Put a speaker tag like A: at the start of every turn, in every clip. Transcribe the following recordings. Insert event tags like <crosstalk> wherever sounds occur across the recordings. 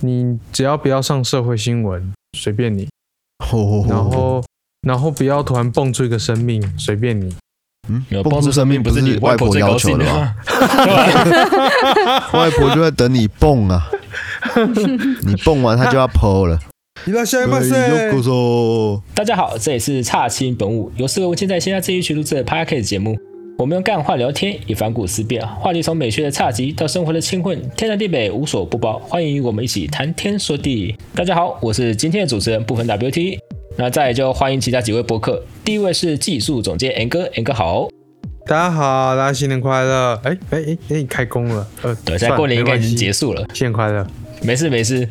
A: 你只要不要上社会新闻，随便你。
B: <laughs> 哦
A: 然后，然后不要突然蹦出一个生命，随便你。
B: 嗯
C: 没有，
B: 蹦
C: 帮
B: 出
C: 助
B: 生命
C: 不
B: 不
C: 你
B: 外
C: 婆
B: 婆
C: 最
B: 要
C: 高
B: 求
C: 兴
B: 的吗？
C: 吗？
B: 外婆就在等你蹦 <laughs> 啊，你蹦完她就要剖了。
D: 伊拉下一马
B: 哎呦
D: 赛
B: 狗，手
C: <laughs> 大家好，这里是岔七本物，由四个文青在线下自娱取录制的 p a r k a s 节目。我们用干话聊天，以反古思变，话题从美学的差级到生活的清混，天南地北无所不包。欢迎与我们一起谈天说地。大家好，我是今天的主持人部分 WT。那再来就欢迎其他几位播客，第一位是技术总监 N 哥，N 哥好。
A: 大家好，大家新年快乐！哎哎哎哎，开工了。呃，
C: 对，
A: 算
C: 现在
A: 了
C: 过年应该已
A: 没关
C: 经
A: 系
C: 结束了，
A: 新年快乐！
C: 没事
B: <laughs>
C: 没事。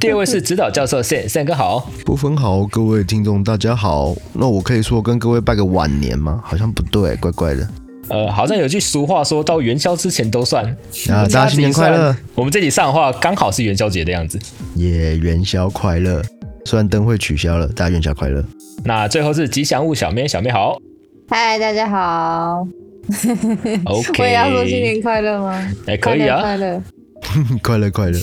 C: 第二位是指导教授 Sen Sen 哥好。
B: 不分好，各位听众大家好。那我可以说跟各位拜个晚年吗？好像不对，怪怪的。
C: 呃，好像有句俗话说到元宵之前都算
B: 啊 <laughs> 大家新年快乐！
C: 我们这里上的话刚好是元宵节的样子。
B: 耶，元宵快乐！虽然灯会取消了，大家元宵快乐。 <laughs>
C: 那最后是吉祥物小妹，小妹
E: <laughs>
C: 好
E: 嗨，大家好。
C: ，OK。
E: 我也要说新年快乐吗？
C: 哎可以啊
E: 快乐
B: 快乐 <laughs> 快乐，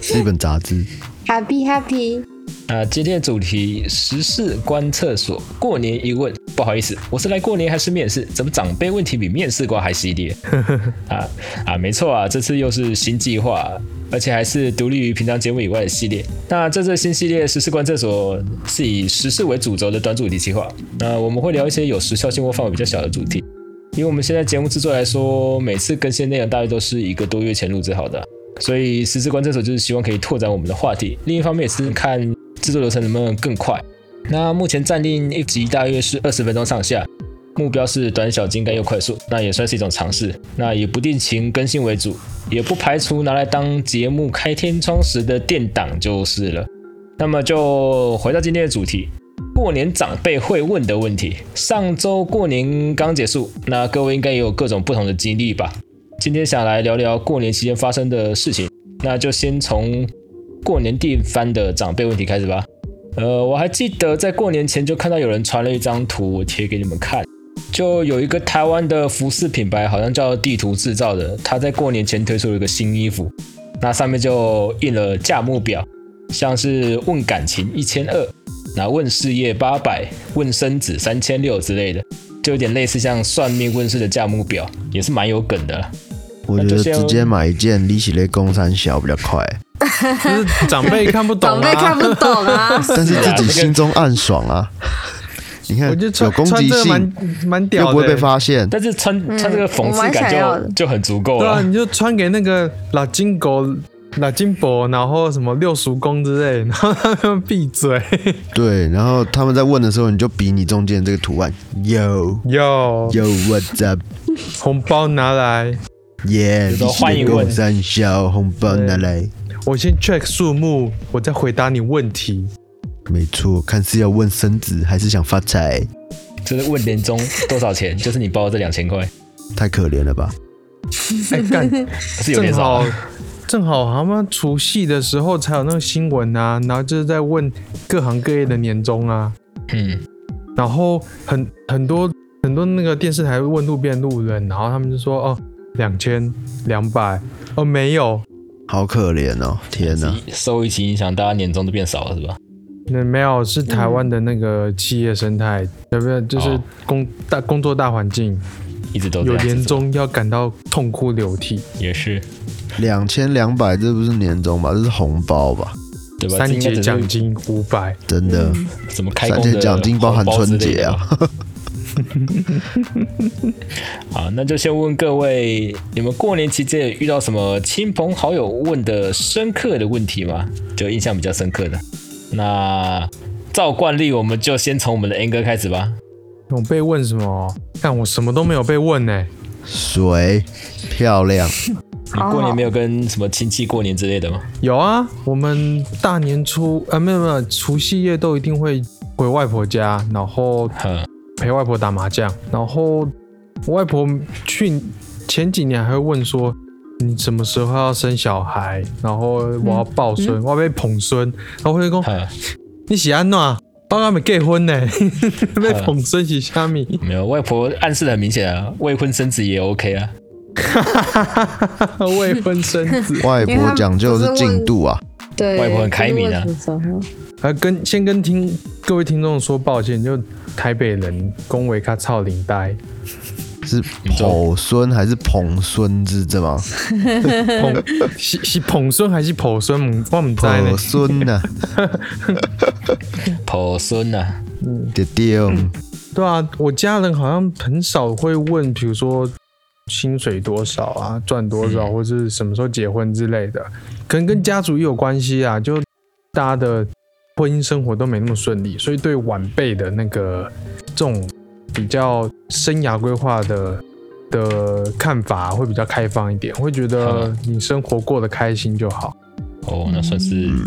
B: 是一本杂志。
E: 快乐，Happy Happy。
C: 那啊今天的主题时事观厕所，过年一问。不好意思，我是来过年还是面试？怎么长辈问题比面试官还犀利？啊啊，没错啊，这次又是新计划，而且还是独立于平常节目以外的系列。那这次新系列时事观厕所是以时事为主轴的短主题计划。那我们会聊一些有时效性或范围比较小的主题。以我们现在节目制作来说，每次更新内容大约都是一个多月前录制好的啊，所以十字观厕所就是希望可以拓展我们的话题。另一方面也是看制作流程能不能更快。那目前暂定一集大约是二十分钟上下，目标是短小精干又快速，那也算是一种尝试。那以不定期更新为主，也不排除拿来当节目开天窗时的垫档就是了。那么就回到今天的主题，过年长辈会问的问题。上周过年刚结束，那各位应该也有各种不同的经历吧？今天想来聊聊过年期间发生的事情，那就先从过年第一番的长辈问题开始吧。呃，我还记得在过年前就看到有人传了一张图，我贴给你们看。就有一个台湾的服饰品牌，好像叫地图制造的，它在过年前推出了一个新衣服，那上面就印了价目表，像是问感情一千二，那问事业八百，问生子三千六之类的，就有点类似像算命问世的价目表，也是蛮有梗的啦。
B: 我觉得直接买一件利息类公三小比较快，
A: 就是长辈看不懂、
C: <laughs>
A: 啊，
E: 长辈看不
B: <laughs>
E: 懂啊，
B: 但是自己心中暗爽啊。你看
C: 啊
A: 我觉得
B: 有
A: 穿
B: 攻
A: 穿
B: 击
A: 这个
B: 性，
A: 蛮蛮屌
B: 又
A: 的、
B: 不会被发现。
C: 但是穿穿这个讽
E: 嗯我
C: 刺
E: 蛮
C: 感
E: 想
C: 就、
E: 要的
C: 就很足够
A: 对啊，
C: 了。
A: 你就穿给那个老金狗、老金伯，然后什么六叔公之类，然后他们闭嘴。 <laughs>
B: 对，然后他们在问的时候，你就比你中间这个图案，Yo
A: 哟，
B: Yo What's up？
A: 红包拿来，
B: 耶，
C: 有
B: 利
C: 时候
B: 息
C: 换一
B: 类
C: 问
B: 公三小红包拿来。
A: 我先 check 数目，我再回答你问题。
B: 没错，看是要问生子还是想发财，
C: 就是问年终多少钱， <laughs> 就是你包这两千块
B: 太可怜了吧？
A: 哎、干，
C: 是有
A: 正
C: 点少
A: 好
C: 啊。
A: 正好他们除夕的时候才有那个新闻啊，然后就是在问各行各业的年终啊，
C: 嗯，
A: 然后很很多很多那个电视台问路边路人，然后他们就说哦两千两百哦没有，
B: 好可怜哦，天哪！
C: 受疫情影响，大家年终都变少了，是吧？
A: 那没有，是台湾的那个企业生态，对不对？就是
C: 哦
A: 工大工作大环境，
C: 一直都这
A: 有
C: 样子
A: 年
C: 是吧
A: 终要感到痛哭流涕，
C: 也是
B: 两千两百，这不是年终吧？这是红包吧？
C: 对吧？
A: 三
C: 这应
A: 节
C: 该只是
A: 奖金五百，
B: 真的，
C: 什么开
B: 三
C: 工
B: 千
C: 的
B: 奖金包含春节啊
C: 红包之类的吧！ <laughs> 好，那就先问各位，你们过年期间有遇到什么亲朋好友问的深刻的问题吗？就印象比较深刻的。那照惯例，我们就先从我们的 N 哥开始吧。
A: 我被问什么？但我什么都没有被问呢、
B: 水漂
C: <laughs>
B: 亮，
C: 你
B: 哦
E: 好好
C: 过年没有跟什么亲戚过年之类的吗？
A: 有啊，我们大年初啊，没有没有，除夕夜都一定会回外婆家，然后
C: 嗯，
A: 陪外婆打麻将，然后我外婆去前几年还会问说。你什么时候要生小孩？然后我要抱孙，我要被捧孙，然后我就讲
C: <laughs> 嗯
A: 你是安怎？我还没结婚呢，被捧孙是虾米？
C: 没有，外婆暗示的很明显啊，未婚生子也 OK 啊。
A: 未婚生子，
B: 外婆讲究的是进度啊，
E: 对，
C: 外婆很开明啊
E: 就是问什么
A: 啊，跟先跟听各位听众说抱歉，就台北人恭维他操领带，
B: 是捧孙还是捧孙啊子这吗？
A: 捧是是捧孙还是捧孙，嗯我唔知道呢
B: 捧。孙啊
C: <laughs>
B: 呐，
C: 婆孙啊，
B: 爹爹哦，
A: 对啊，我家人好像很少会问，比如说薪水多少啊，赚多少，或是什么时候结婚之类的，可能跟家族也有关系啊。就大家的婚姻生活都没那么顺利，所以对晚辈的那个这种比较生涯规划的的看法会比较开放一点，会觉得你生活过得开心就好。
C: 哦，那算是
B: 嗯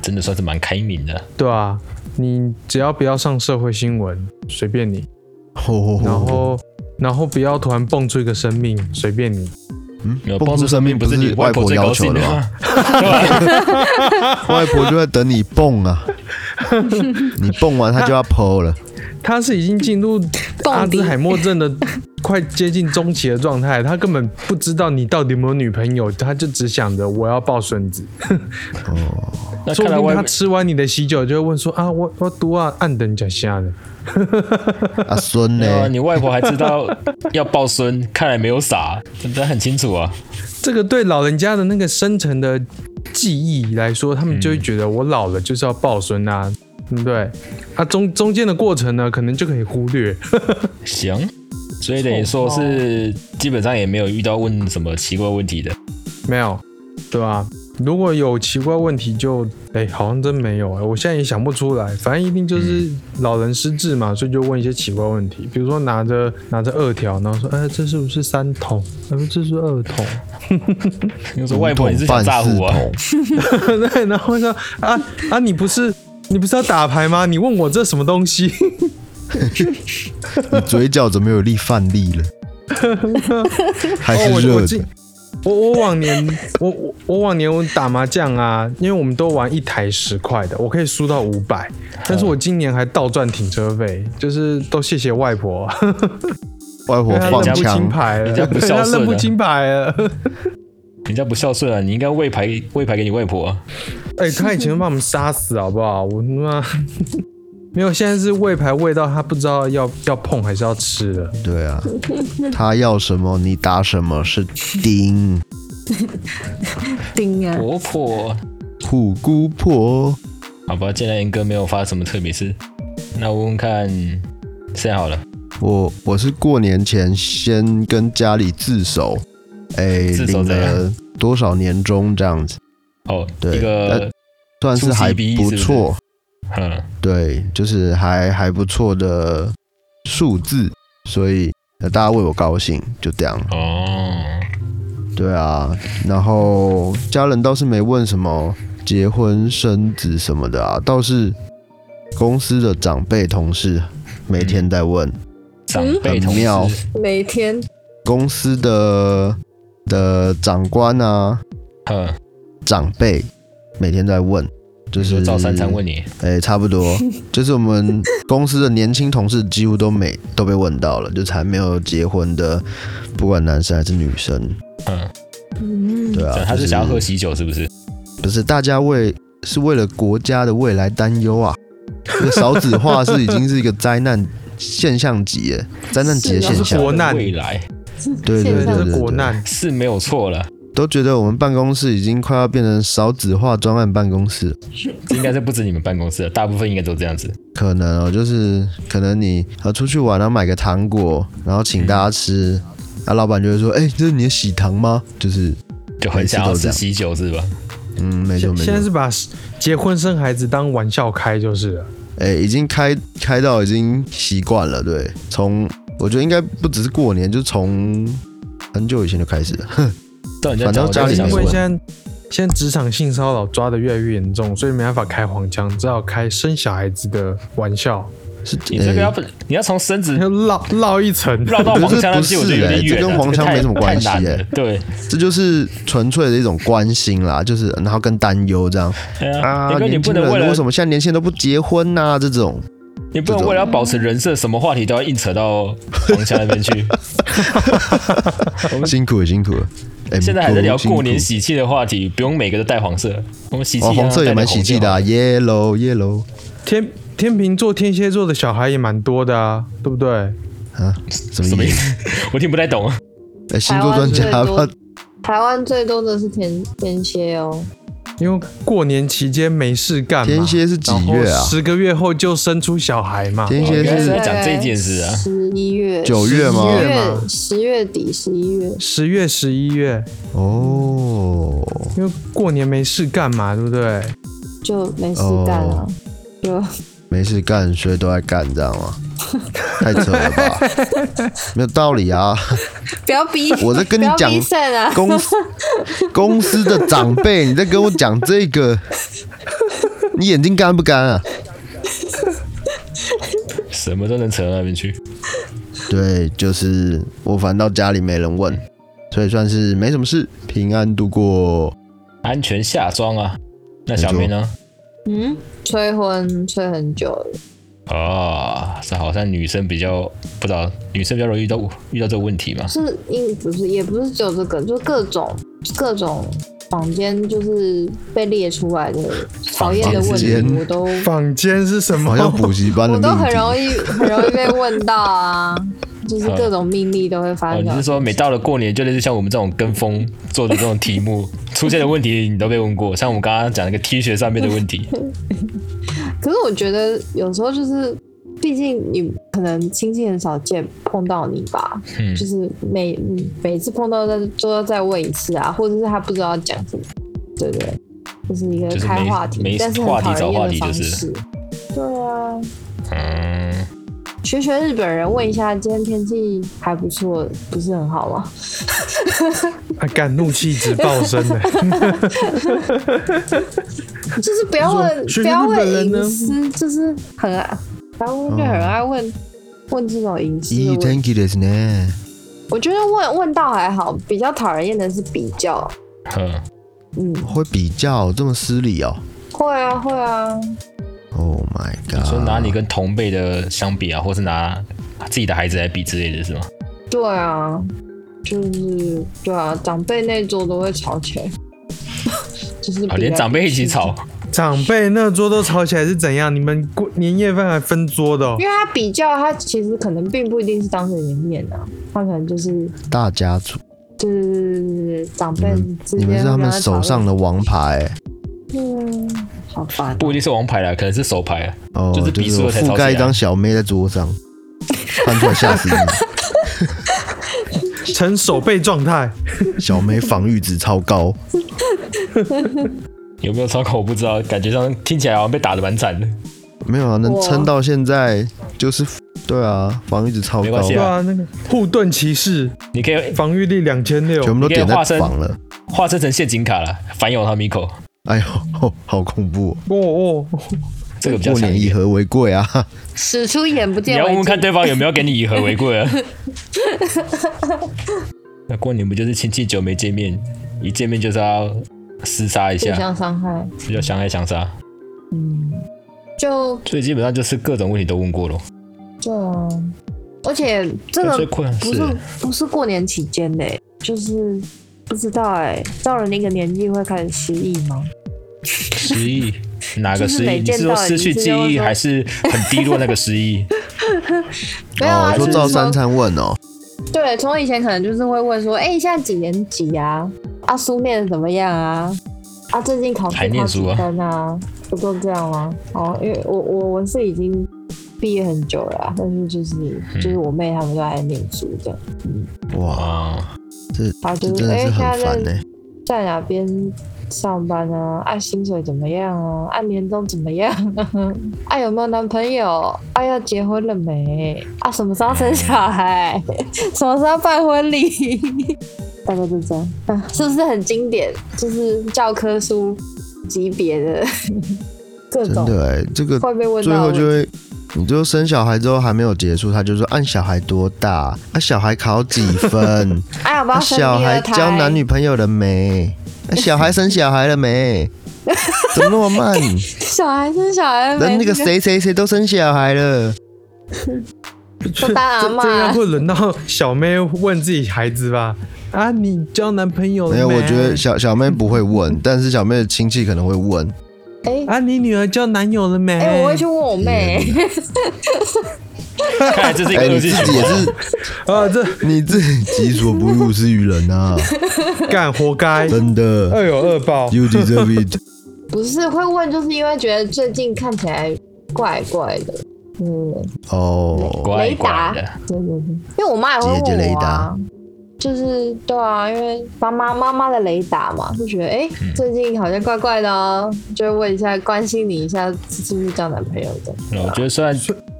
C: 真的算是蛮开明的。
A: 对啊，你只要不要上社会新闻，随便你。
C: 哦
B: 吼
A: 然后然后不要突然蹦出一个生命，随便你。
B: 嗯
C: 没有，
B: 蹦出生命不是
C: 是你
B: 外婆
C: 婆最
B: 要
C: 高
B: 求
C: 兴
B: 的哦吗？
C: 吗？
B: 外婆就在等你蹦啊，你蹦完她就要剖了。
A: 他是已经进
C: <laughs>
A: 入
E: 蹦
A: 阿
E: 迪
A: 兹海默症的快接近中期的状态，他根本不知道你到底有没有女朋友，他就只想着我要抱孙子。
C: <laughs> 那
A: 说不
C: 看来
A: 定
C: 外 <laughs>
A: 他吃完你的喜酒就会问说啊，我我读啊暗等假虾的，
B: 啊孙呢？
C: 呃，你外婆还知道要抱孙，看来没有傻，真的很清楚啊。
A: 这个对老人家的那个深层的记忆来说，他们就会觉得我老了就是要抱孙啊，对不对？啊中中间的过程呢，可能就可以忽略。
C: 行，所以等于说是基本上也没有遇到问什么奇怪问题的。
A: 没有，对吧、如果有奇怪问题就，哎，好像真没有哎，我现在也想不出来。反正一定就是老人失智嘛，所以就问一些奇怪问题，比如说拿着拿着二条，然后说，哎，这是不是三筒？哎，这是二筒。
C: 你说
B: 五
C: 外婆
B: 桶
C: 你是想
B: 半
C: 炸
B: 四
C: 我啊？
B: 桶，
A: 对，然后说，啊啊，你不是你不是要打牌吗？你问我这什么东西？
B: 你嘴角怎么有粒饭粒了？还
A: 哦，
B: 是
A: 我我
B: 热
A: 今
B: 的？
A: 我我往年
B: <laughs>
A: 我我我往年我打麻将啊，因为我们都玩一台十块的，我可以输到五百，但
B: 哦
A: 是我今年还倒赚停车费，就是都谢谢外婆，
B: 外婆
A: 因
C: 啊
A: 为她
B: 放
A: 认不清
B: 枪，
A: 牌了，
C: 人家不孝顺啊
A: 她认不清牌了。
C: 人家不孝顺啊，你应该喂牌喂牌给你外婆啊。
A: 哎、她以前把我们杀死好不好？我他妈没有，现在是喂牌喂到她不知道要要碰还是要吃了。
B: 对啊，她要什么你打什么，是丁
E: 丁啊，
C: 婆婆，
B: 虎姑婆。
C: 好吧，既然严哥没有发生什么特别事，那我问问看现在好了，
B: 我我是过年前先跟家里自首，哎，
C: 自首
B: 领
C: 怎样
B: 了多少年终这样子，
C: 哦，
B: 对
C: 一个
B: 算是还
C: 出 CBE
B: 不
C: 是不是
B: 错。
C: 嗯，
B: 对，就是还还不错的数字，所以呃大家为我高兴，就这样。
C: 哦，
B: 对啊，然后家人倒是没问什么结婚生子什么的啊，倒是公司的长辈同事每天在问，
C: 长辈同
B: 很妙
C: 事
E: 每天
B: 公司的的长官啊
C: 嗯，
B: 长辈每天在问，就
C: 就是是赵三餐问你，
B: 哎、差不
C: <laughs>
B: 多，就是我们公司的年轻同事几乎都没都被问到了，就是还没有结婚的，不管男生还是女生，
C: 嗯，
B: 对啊，
C: 他
B: 就是
C: 想要喝喜酒是不是？
B: 不是大家为是为了国家的未来担忧啊，这个少子化是已经是一个灾难现象级
C: <laughs>
B: 耶，灾难级的
E: 是啊
B: 现
A: 是
B: 象，
A: 国难
C: 未来
B: 对对
E: 现
B: 对
E: 象
A: 这
B: 对
A: 是
B: 对
A: 国难，
C: 是没有错了，
B: 都觉得我们办公室已经快要变成少子化专案办公室了。
C: 应该是不止你们办公室了，大部分应该都这样子。
B: 可能哦，就是可能你呃出去玩，然后买个糖果，然后请大家吃，
C: 嗯
B: 啊，老板就会说，哎、这是你的喜糖吗？就是，
C: 就很想要吃喜酒是吧？
B: 嗯，没错
A: 现
B: 没
A: 现
B: 错
A: 在，是把结婚生孩子当玩笑开就是了。
B: 哎、已经开开到已经习惯了，对，从我觉得应该不只是过年，就从很久以前就开始了，
C: 照你这
B: 反
C: 样讲，
B: 正
C: 我就
B: 家里
C: 想
A: 因
B: 没
A: 为
B: 问
C: 说
A: 现在现在职场性骚扰抓的越来越严重，所以没办法开黄腔，只好开生小孩子的玩笑，
B: 是
C: 你这个要
B: 哎
C: 不你要从身子
A: 要绕绕一层。
C: 绕到
B: 可是
C: 黄腔那
B: 不
C: 边，我
B: 是
C: 觉得有
B: 欸
C: 点远
B: 这
C: 啊，
B: 跟黄腔
C: 太
B: 没什么关系
C: 太难
B: 欸
C: 了对，
B: 这就是纯粹的一种关心啦，就是然后跟担忧这样
C: 对啊
B: 啊，
C: 你哥你
B: 年
C: 不
B: 轻
C: 能为
B: 人
C: 了
B: 啊为什么现在年轻人都不结婚呐、这种。
C: 你不能为了要保持人设，什么话题都要硬扯到黄家那边 <laughs> 去。
B: 辛苦了，辛苦了。哎
C: 现在还在聊过年，
B: 辛
C: 喜气的话题，不用每个都带黄色，我们喜气
B: 苦哦，
C: 一样
B: 黄色也蛮喜气的、啊、
C: 带点红就好
B: ，yellow yellow
A: 天天秤座、天蝎座的小孩也蛮多的啊，对不对？
B: 啊，什
C: 什
B: 么
C: 么
B: 意
C: 意
B: 思？
C: 思？我听不太懂。啊
B: 哎、星座专家
E: 台湾最多
B: 吧，
E: 台湾最多的是天天蝎哦，
A: 因为过年期间没事干嘛，
B: <laughs> 天蝎是几月啊
A: 然后十个月后就生出小孩嘛。
B: 天蝎
C: 原来是
B: 是
C: 在讲这件事啊。
E: 十一月、
B: 九月吗？
A: 11
E: 十
A: 月
E: 月、十月底、十一月，
A: 十月、十一月，
B: 哦，
A: 因为过年没事干嘛，对不对？
E: 就没事干了，
B: 哦
E: 就
B: 没事干，所以都在干，这样吗？太扯了吧，没有道理啊！
E: 不要逼，
B: 我在跟你讲
E: 不要逼散啊，
B: 公司公司的长辈，你在跟我讲这个，你眼睛干不干啊？
C: 什么都能扯到那边去。
B: 对，就是我反倒家里没人问，所以算是没什么事，平安度过。
C: 安全下装啊。那小明呢？
E: 嗯，催婚催很久了，
C: 哦，这好像女生比较不知道，女生比较容易遇到遇到这个问题嘛。
E: 是因不是也不是只有这个，就各种各种房间就是被列出来的讨厌的问
B: 房
E: 题
B: 间，
E: 我都
A: 坊间是什么？
B: 好像补习班的
E: 我都
B: 命
E: 很
B: 题，
E: 容易很容易被问到
B: <laughs>
E: 啊，就是各种命令都会发
C: 哦，
E: 生
C: 你
E: 在我
C: 是
E: 身上。
C: 说每到了过年，就类似像我们这种跟风做的这种题目 <laughs> 出现的问题，你都被问过？像我们刚刚讲那个 T 恤上面的问 <laughs> 题，
E: 可是我觉得有时候就是，毕竟你可能亲戚很少见碰到你吧，
C: 嗯
E: 就是每嗯每次碰到再都要再问一次啊，或者是他不知道讲什么，对不对？就是一个
C: 就是
E: 开
C: 没
E: 话题，
C: 没
E: 但是
C: 话
E: 很
C: 题
E: 讨
C: 找
E: 人
C: 话
E: 厌
C: 题
E: 的方
C: 就
E: 式。
C: 是
E: 对啊，
C: 嗯，
E: 学学日本人，问一下今天天气还不错，不是很好吗？ <laughs>
A: 啊，敢怒气值暴升的， <laughs>
E: 就是不要问，
A: 就是
E: 不要
A: 日本
E: 问
A: 人呢
E: 隐私，就是很爱，台湾就很爱问、问这种隐私的
B: 咦
E: 问题。啊
B: ，thank you ですね。
E: 我觉得问问到还好，比较讨人厌的是比较，
C: 哼，
E: 嗯，
B: 会比较这么失礼哦。
E: 会啊会啊，
B: Oh my
C: 你说
B: god！
C: 拿你跟同辈的相比啊，或是拿自己的孩子来比之类的是吗？
E: 对啊，就是对啊，长辈那桌都会吵起来， <laughs> 就是比
C: 啊，连
E: 较
C: 长辈一起吵，
A: 长辈那桌都吵起来是怎样？你们过年夜饭还分桌的、哦
E: 因？为他比较，他其实可能并不一定是当着你的面啊，他可能就是
B: 大家族，
E: 就是长辈之
B: 你们
E: 间
B: 是他们
E: 会跟
B: 手
E: 讨
B: 上的
E: 论，
B: 王牌、
E: 嗯，好烦哦、
C: 不一定是王牌啦，可能是手牌啊。
B: 哦，
C: 就是
B: 就
C: 比输
B: 是
C: 了
B: 我
C: 才吵啊
B: 覆
C: 起来
B: 盖一张小妹在桌上，翻出来吓死你！
A: 呈手背状态，
B: 小妹防御值超高，
C: 有没有超过我不知道，感觉上听起来好像被打的蛮惨的。
B: 没有啊，能
E: 哇
B: 撑到现在就是对啊，防御值超
C: 没
B: 高
C: 关，系
A: 对
C: 啊
A: 啊，那个护盾骑士
C: 你可以
A: 防御力两千六，
B: 全部都点
C: 你可以
B: 在
C: 化身
B: 防了。
C: 化身成陷阱卡了，反咬他们一口，
B: 哎呦，吼好恐怖、哦！
A: 哦哦，
C: 这个比较
B: 过
C: 强
B: 年
C: 一
B: 以
C: 点。
B: 和为贵啊！
E: 使出眼不
C: 你
E: 见
C: 要
E: 为
C: 问
E: 净
C: 问。看对方有没有给你以和为贵
E: <laughs>
C: 啊？那过年不就是亲戚久没见面，一见面就是要厮杀一
E: 互
C: 下，
E: 相伤害。
C: 比较相爱相杀，
E: 嗯，就
C: 所以基本上就是各种问题都问过了。
E: 对啊，而且这
C: 最
E: 个
C: 困难
E: 不是
C: 是
E: 不是过年期间的、欸就是不知道哎、到了那个年纪会开始失忆吗？
A: <laughs>
C: 失忆，哪个
E: 就是
C: 失忆？
E: 每
C: 你
E: 见
C: 是说
E: 到
C: 失去
E: 你是
C: 记
E: 要
C: 忆，
E: 说
C: 还是很低落那个
A: <laughs>
C: 失忆？
E: 没有啊，
B: 哦，
E: 就
B: 说
E: 是
B: 照三餐问哦，
E: 对，从以前可能就是会问说，哎、现在几年级啊？啊，书念的怎么样啊？啊，最近考试
C: 还念
E: 考
C: 书啊
E: 几分啊？不都这样吗？哦，因为我我我是已经毕业很久了啊、但是就是、就是
B: 嗯
E: 我妹他们都还在念书这样，
B: 哇，
C: 啊，
B: 这
E: 然后
B: 这
E: 就是
B: 真的
E: 哎、
B: 是
E: 现在
B: 很
E: 在
B: 烦呢、欸
E: 在哪边上班啊？按、薪水怎么样啊？按、年终怎么样、 <laughs> 啊？啊有没有男朋友？啊要结婚了没？啊什么时候生小孩？ <laughs> 什么时候办婚礼？ <laughs> 大概就这样、啊，是不是很经典？就是教科书级别的 <laughs> 各
B: 真
E: 种
B: 的哎、这个
E: 会被问
B: 最
E: 到
B: 后
E: 的
B: 就
E: 问题。
B: 会，你最后生小孩之后还没有结束，他就说按小孩多大，啊小孩考几
E: <laughs>
B: 分，
E: 哎呀，不
B: 啊
E: 要生第
B: 小孩
E: 二胎。 <laughs>
B: 交男女朋友了没，啊小孩生小孩了没，怎么那么慢？
E: 小孩生小孩
B: 那
E: 没
B: 那个谁谁谁都生小孩了，
E: 都当阿
A: 这
E: 嬷
A: 这样会轮到小妹问自己孩子吧？啊，你交男朋友了
B: 没有，我觉得
A: 没
B: 小小妹不会问，但是小妹的亲戚可能会
C: <laughs>
B: 问。
E: 哎
A: 啊，你女儿交男友了没？
E: 哎、我会去问我妹，
C: 看来这是一
B: 哎、
C: 个
B: 你
C: 恶
B: 自
C: 性循
B: 己也
C: 环。
B: 是，
A: 啊，这
B: 你自己己所不欲，勿施于人
C: <laughs>
B: 啊！
A: 干活 <laughs> 该，
B: 真的
A: 恶有哎恶报。
B: ，you deserve it。
E: 不是会问，就是因为觉得最近看起来怪怪的，嗯，
C: <laughs>
B: 哦，
C: 乖
E: 雷达
C: 乖
A: 哎
C: 的，
E: 对对对，因为我妈也会
B: 姐姐
E: 问
B: 雷
E: 我啊
B: 达，
E: 就是对啊，因为妈妈妈妈的雷达嘛，就觉得哎、
B: 嗯
E: 最近好像怪怪的哦，就会问一下，关心你一下是不是交男朋友的。
C: 嗯我觉得虽然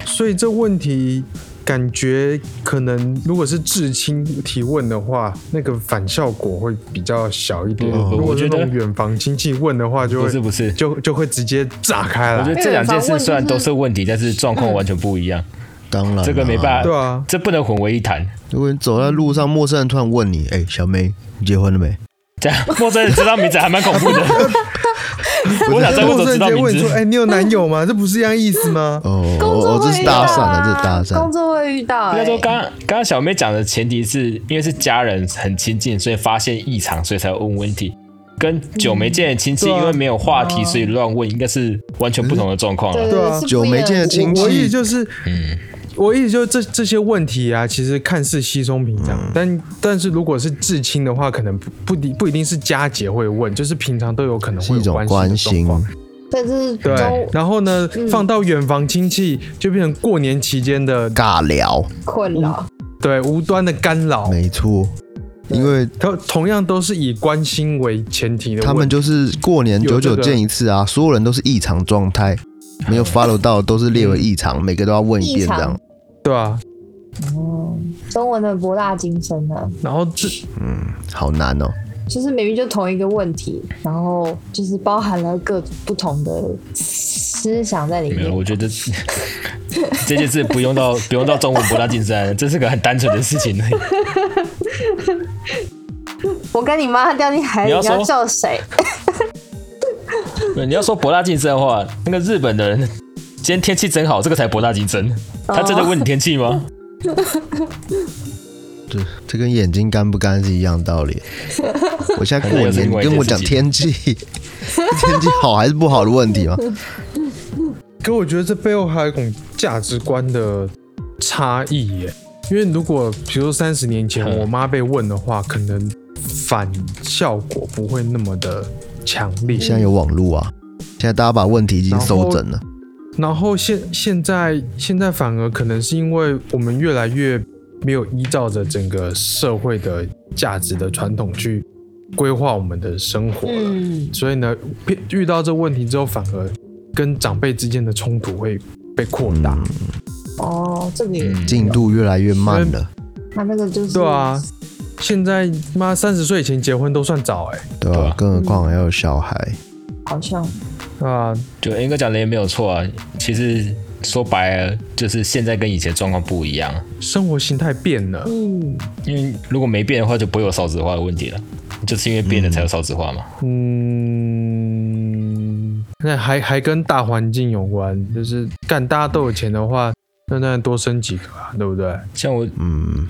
A: 所以这问题感觉可能，如果是至亲提问的话，那个反效果会比较小一点。
C: 不不
A: 如
C: 我
A: 果
C: 觉
A: 是
C: 得
A: 那种远房亲戚问的话，就
C: 不
A: 会
C: 是不是，
A: 就就会直接炸开
C: 我觉
A: 了
C: 得。这两件事虽然都是问题，但是状况完全不一样，
A: 嗯
B: 当然啦，
C: 这个没办
A: 对
C: 法， <laughs>
A: 啊，
C: 这不能混为一谈。
B: 如果你走在路上，陌生人突然问你：“哎、小妹，你结婚了没
C: 这样陌生人知道名字还蛮恐
A: <laughs>
C: 怖的。我想在我
A: 陌
C: 都
A: 生
C: 知道
A: 人
C: 名
A: 问说：“
C: 字，
A: 哎，你有男友吗？这 <laughs> 不是一样意思吗？”？”
B: 哦，
E: 工
B: 哦，
E: 作
B: 哦，这
E: 会
B: 是
E: 遇
B: 搭
E: 到
B: 讪啊，
E: 啊，
B: 这是搭
E: 工
B: 讪。
E: 作会遇到、
A: 哎
C: 应
E: 欸，
C: 该说刚刚刚小妹讲的前提是因为是家人很亲近，所以发现异常，所以才问问题。跟久没见的亲戚，
A: 对啊
C: 因为没有话题，所以乱问，应该是完全不同的状况
E: 对
C: 了。
A: 对啊
E: 是不一样
B: 久没见的亲
A: 我意思
B: 戚，
A: 就是，
C: 嗯，
A: 我意思就是这这些问题啊，其实看似稀松平常，
B: 嗯
A: 但但是如果是至亲的话，可能不不一不一定是佳姐会问，就是平常都有可能
B: 是
A: 会
B: 一
A: 有
B: 种
A: 关系的
B: 关
A: 状
B: 心
A: 况。
E: 对，这是
A: 对
E: 中，
A: 然后呢，
E: 嗯
A: 放到远房亲戚就变成过年期间的
B: 尬聊，
E: 困扰，
B: 嗯
A: 对无端的干扰。
B: 没错。因为
A: 它同样都是以关心为前提的问题，
B: 他们就是过年
A: 有
B: 久
A: 这
B: 久
A: 个
B: 见一次啊，所有人都是异常状态，没有 follow 到都是列为异常，每个都要问一
E: 异
B: 遍这样
E: 常。
A: 对啊。
E: 嗯，中文的博大精深啊，
A: 然后这
B: 嗯，好难哦。
E: 就是明明就同一个问题，然后就是包含了各不同的思想在里
C: 没有，
E: 面。
C: 我觉得 <laughs> 这件事不用到不用到中文博大精深，这是个很单纯的事情。
E: 我跟你妈掉进海里，
C: 你
E: 你
C: 要
E: 要
C: 说
E: 救谁？
C: 你要说博大精深的话，那个日本的人今天天气真好，这个才博大精深。
A: 哦
C: 他真的问你天气吗？
B: 这这跟眼睛干不干是一样道理。我现在过
C: 反正又是
B: 年，
C: 另
B: 你
C: 外一件
B: 跟我讲
C: 事情
B: 天气，天气好还是不好的问题吗？
A: 可我觉得这背后还有一种价值观的差异耶。因为如果比如说三十年前
C: 嗯
A: 我妈被问的话，可能反效果不会那么的强烈。
B: 现在有网络啊，现在大家把问题已经搜整了，
A: 然后现现在现在反而可能是因为我们越来越没有依照着整个社会的价值的传统去规划我们的生活了，
E: 嗯，
A: 所以呢，遇遇到这问题之后，反而跟长辈之间的冲突会被扩大。
B: 嗯，
E: 哦，这个也
C: 嗯
B: 进度越来越慢了，
E: 他那个就是
A: 对啊，现在妈三十岁以前结婚都算早哎、
B: 对
C: 对
B: 吧、
C: 啊
B: 更何况还有小孩，
E: 好像
A: 啊，
C: 就应该讲的也没有错啊。其实说白了，就是现在跟以前状况不一样。
A: 生活形态变了，
E: 嗯，
C: 因为如果没变的话，就不会有少子化的问题了。就是因为变了才有少子化嘛。
A: 嗯，那还还跟大环境有关，就是干大家都有钱的话，那当然多生几个啊，对不对？
C: 像我，
B: 嗯，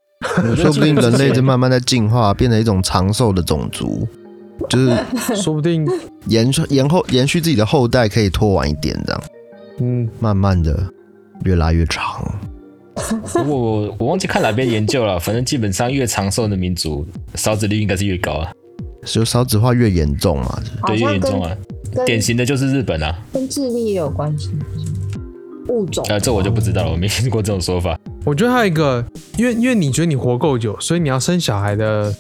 B: <laughs>
C: 我
B: 说不定人类
C: 这
B: 正慢慢在进化，变成一种长寿的种族，就是
A: 说不定，
B: 延续延后延续自己的后代可以拖晚一点，这样
A: 嗯，
B: 慢慢的越来越长，
C: 我我我忘记看哪边研究了，反正基本上越长寿的民族，少子率应该是越高啊。
B: 就少子化越严重嘛，
E: 好
C: 对，越
E: 像
C: 严
E: 跟
C: 重啊。典
E: 跟
C: 型的就是日本啊，
E: 跟智力也有关系，物种
C: 呃，这我就不知道
E: 哦
C: 了，我没听过这种说法。
A: 我觉得还有一个，因为因为你觉得你活够久，所以你要生小孩的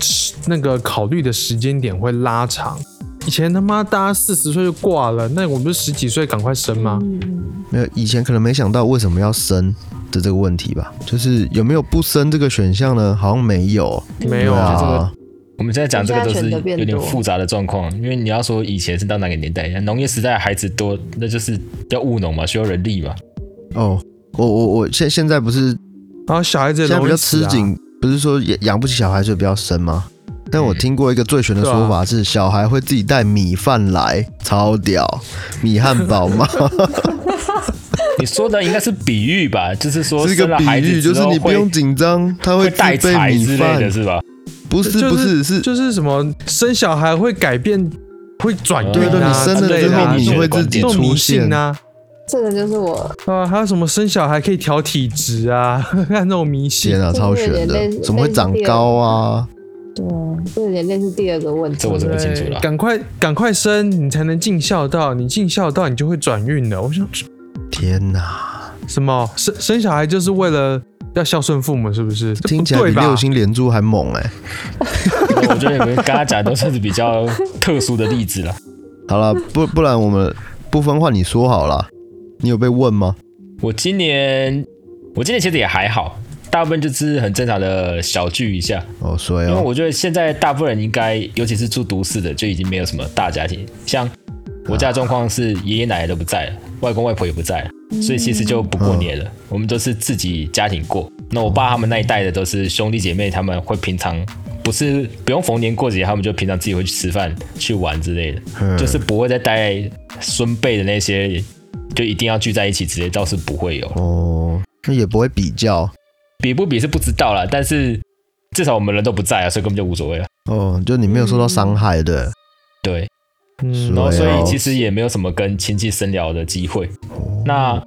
A: 时那个考虑的时间点会拉长。以前他妈大家四十岁就挂了，那我们不是十几岁赶快生吗？
E: 嗯，嗯
B: 没有，以前可能没想到为什么要生的这个问题吧，就是有没有不生这个选项呢？好像没有，
A: 没有
B: 对
A: 这个
B: 啊，
C: 我们现在讲这个都
E: 现在
C: 是
E: 选择变
C: 有点
E: 多
C: 复杂的状况，因为你要说以前是到哪个年代，农业时代孩子多，那就是要务农嘛，需要人力嘛。
B: 哦，我我我现现在不是
A: 然后小孩子也
B: 现在
A: 容易
B: 比较
A: 死
B: 吃
A: 啊
B: 紧，不是说养养不起小孩所以不要生吗？但我听过一个最玄的说
A: 嗯
B: 法是，小孩会自己带米饭来，超屌，米汉堡
A: <laughs>
B: 嘛，
C: 你说的应该是比喻吧？就是说
B: 是一个
C: 生了
B: 比
C: 孩
B: 喻，
C: 子
B: 就
C: 之
B: 是
C: 后
B: 你不
C: 会
B: 用紧张，他
C: 会
B: 自
C: 带
B: 备
C: 财之
B: 米
C: 类的
B: 饭，
C: 是吧？
B: 不是不是是
A: 就是什么生小孩会改变，会转
C: 对
A: 运
C: 对
A: 啊
C: 你生了
A: 之类
C: 之
A: 的啊
C: 后你
A: 这种
C: 会自己
A: 这种迷
B: 出现
A: 信啊
E: 这个就是我，
A: 啊，还有什么生小孩可以调体质啊， <laughs> 看那种迷信
B: 天。啊，超玄
E: 就是有点
B: 的
E: 类似，
B: 怎么会长高啊？
E: 对啊，这有点类似第二个问题。
C: 这我真的不清楚
A: 对
C: 了。
A: 赶快赶快生，你才能尽孝道。你尽孝道，你就会转运的。我想
B: 天哪，
A: 什么生生小孩就是为了要孝顺父母，是不是？这
B: 听
A: 不
B: 起来
A: 对
B: 比
A: 吧
B: 六？星连珠还猛哎！
C: 我觉得你们刚刚讲的都算是比较特殊的例子了。
B: 好了，不不然我们不分话你说好了，你有被问吗？
C: 我今年，我今年其实也还好，大部分就是很正常的小聚一下。
B: 哦，所以
C: 因为
B: 哦，
C: 我觉得现在大部分人应该，尤其是住都市的，就已经没有什么大家庭。像我家的状况是爷爷奶奶都不在了，外公外婆也不在了，所以其实就不过年了。我们都是自己家庭过。那我爸他们那一代的都是兄弟姐妹，他们会平常不是不用逢年过节，他们就平常自己会去吃饭、去玩之类的，
B: 嗯
C: 就是不会再带孙辈的那些，就一定要聚在一起之类，倒是不会有。
B: 哦，那也不会比较
C: 比不比是不知道啦，但是至少我们人都不在啊，所以根本就无所谓了。
B: 哦，就你没有受到伤害的。
C: 对，
A: 嗯
C: 嗯然后所
B: 对哦
C: 以其实也没有什么跟亲戚深聊的机会，那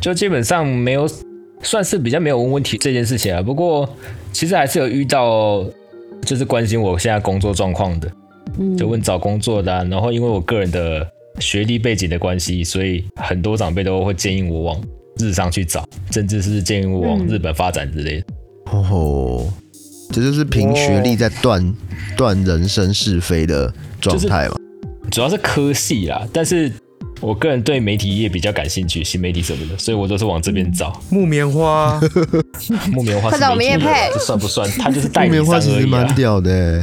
C: 就基本上没有，算是比较没有问问题这件事情啊。不过其实还是有遇到，就是关心我现在工作状况的，
E: 嗯
C: 就问找工作的啊、然后因为我个人的学历背景的关系，所以很多长辈都会建议我往日商去找，甚至是建议我往
E: 嗯
C: 日本发展之类的。
B: 哦，这就是凭学历在断断人生是非的状态嘛。
C: 主要是科系啦，但是我个人对媒体业比较感兴趣，新媒体什么的，所以我都是往这边找。
A: 木棉
B: <laughs>
A: 花，
C: 木棉花
E: 嗯
C: 是
E: 快找我们
C: 媒体
E: 业配
C: 这算不算？它就是代
B: 木
C: 理
B: 棉
C: 商
B: 花
C: 而
B: 其实
C: 已、
B: 蛮
C: 啊。
B: 屌的欸、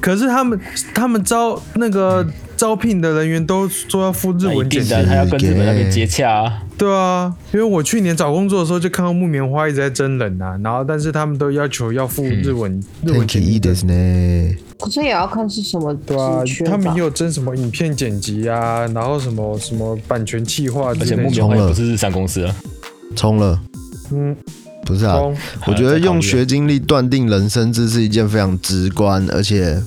A: 可是他们他们招那个招聘的人员都说要付日
C: 那一
A: 文简
C: 定
A: 介
C: 的，啊他要跟日本那边
B: 给
C: 接洽啊。
A: 对啊，因为我去年找工作的时候就看到木棉花一直在真人啊，然后但是他们都要求要付日文、日文
B: 嗯 Thank
A: 简
B: you
A: 介，
B: ですね。
E: 可是也要看是什么
A: 对啊
E: 职缺，吧。
A: 他们也有真什么影片剪辑啊，然后什么什么版权企划之
C: 而且木
A: 类的，
C: 棉花也不是日商公司啊，
B: 冲了，
A: 嗯，
B: 不是啊？
A: 哦，
B: 我觉得
C: 在考
B: 用
C: 虑
B: 学经历断定人生，这是一件非常直观，而且，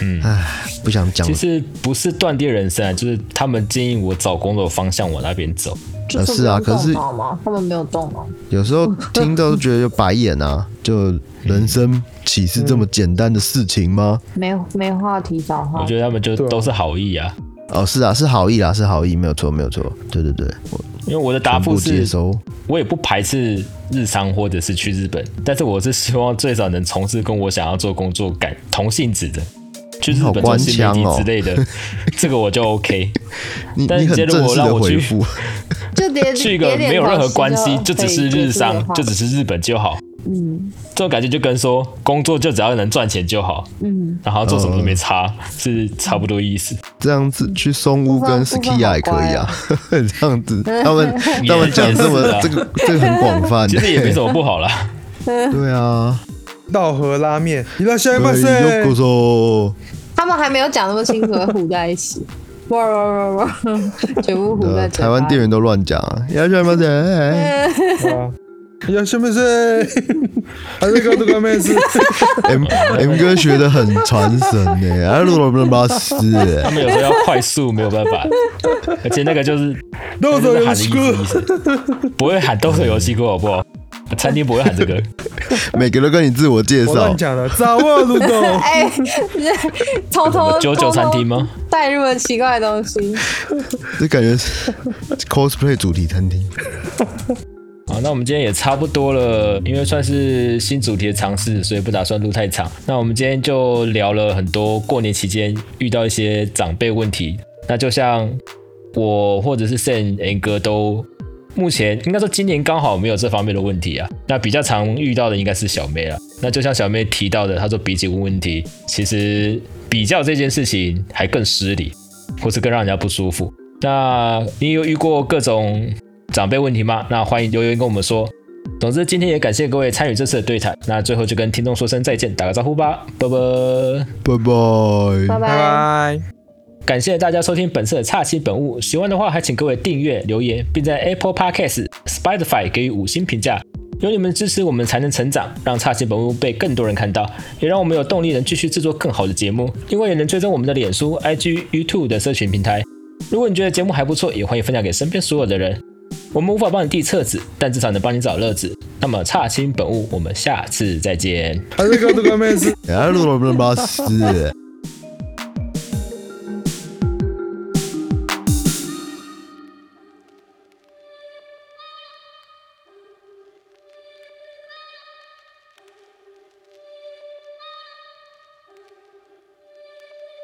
C: 嗯
B: 唉，不想讲
C: 其。实不是断裂人生啊，就是他们建议我找工作的方向往那边走。
E: 就
B: 呃是啊
E: 不用
B: 可是
E: 动脑吗？他们没有动脑，
B: 有时候听到都觉得就白眼啊，就人生岂是
C: 嗯
B: 这么简单的事情吗？
E: 没没话题找话
C: 我觉
E: 题。
C: 得他们就
A: 对啊
C: 都是好意啊，
B: 哦，是啊，是好意啦，是好意，没有错，没有错。对对对，我
C: 因为我的答
B: 全
C: 复
B: 部接
C: 是
B: 收。
C: 我也不排斥日商或者是去日本，但是我是希望最少能从事跟我想要做工作感同性质的，去日
B: 好
C: 本做
B: 官
C: 新媒
B: 腔
C: 体
B: 哦
C: 之类的， <laughs> 这个我就 OK。
E: <laughs>
B: 你
C: 但
B: 你很
C: 接着
B: 正
C: 我
B: 式
C: 让
B: 的
C: 我
B: 回
C: 去
B: 复， <laughs>
E: 就点
C: <laughs> 去一个没有任何关系，就只是日商，就只
E: 是
C: 是日本就好。
E: 嗯
C: 这种感觉就跟说工作就只要能赚钱就好，
E: 嗯，
C: 然后做什么都没差，
B: 呃
C: 是差不多意思。
B: 这样子去松屋跟
E: 部分部分
B: Skia
E: 好
B: 也可以啊。 <laughs> 这样
E: <laughs>
B: 子，他
C: <laughs>
B: 们
C: 也
B: 他们讲这么
C: 也是啊
B: 这个这个很广泛
C: 其
B: 的，
C: 实也没什么不
B: <laughs>
C: 好啦。
B: 对啊。
A: 道和拉面，伊拉西马
B: 哎
A: 塞
B: 呦，咕嗦
E: 他们还没有讲那么清楚，糊在
C: <laughs>
E: 一起，哇哇哇哇，全部糊在
B: 呃
E: 嘴巴？
B: 台湾店员都乱讲啊，要什么的？
A: 伊拉西马 <laughs> 塞，还是搞这个妹子，
B: M M 哥学的很传神呢，啊，鲁鲁鲁巴斯欸
C: 他们有时候要快速，没有办法，而且那个就是
A: 豆豆
C: 就是
A: 有
B: <laughs>
C: 喊的
A: 吃
C: 意
A: 过，
C: 思意思，不会喊都是游戏过好不好？餐厅不会喊这个，
B: 每个都跟你自我介
A: 我乱
B: 绍，
A: 讲的，啊咋哇鲁豆
C: <laughs>
E: 哎，偷偷
C: 九九餐厅吗？
E: 带入了奇怪的东西，
B: 这感觉是 cosplay 主题餐厅。
C: 好，那我们今天也差不多了，因为算是新主题的尝试，所以不打算录太长。那我们今天就聊了很多过年期间遇到一些长辈问题。那就像我或者是 Sam N 哥都目前应该说今年刚好没有这方面的问题啊。那比较常遇到的应该是小妹了。那就像小妹提到的，她说比起问问题，其实比较这件事情还更失礼，或是更让人家不舒服。那你有遇过各种长辈问题吗？那欢迎留言跟我们说。总之，今天也感谢各位参与这次的对谈。那最后就跟听众说声再见，打个招呼吧，拜拜。
B: 拜拜。
E: 拜
A: 拜
E: 拜。
A: 拜。
C: 感谢大家收听本次的岔七本物，喜欢的话还请各位订阅、留言，并在 Apple Podcast、Spotify 给予五星评价。有你们的支持，我们才能成长，让岔七本物被更多人看到，也让我们有动力能继续制作更好的节目。另外，也能追踪我们的脸书、IG、YouTube 的社群平台。如果你觉得节目还不错，也欢迎分享给身边所有的人。我们无法帮你递册子，但至少能帮你找乐子。那么，岔青本物，我们下次再见。
A: 还是跟这个妹子。
B: 阿鲁罗布拉斯。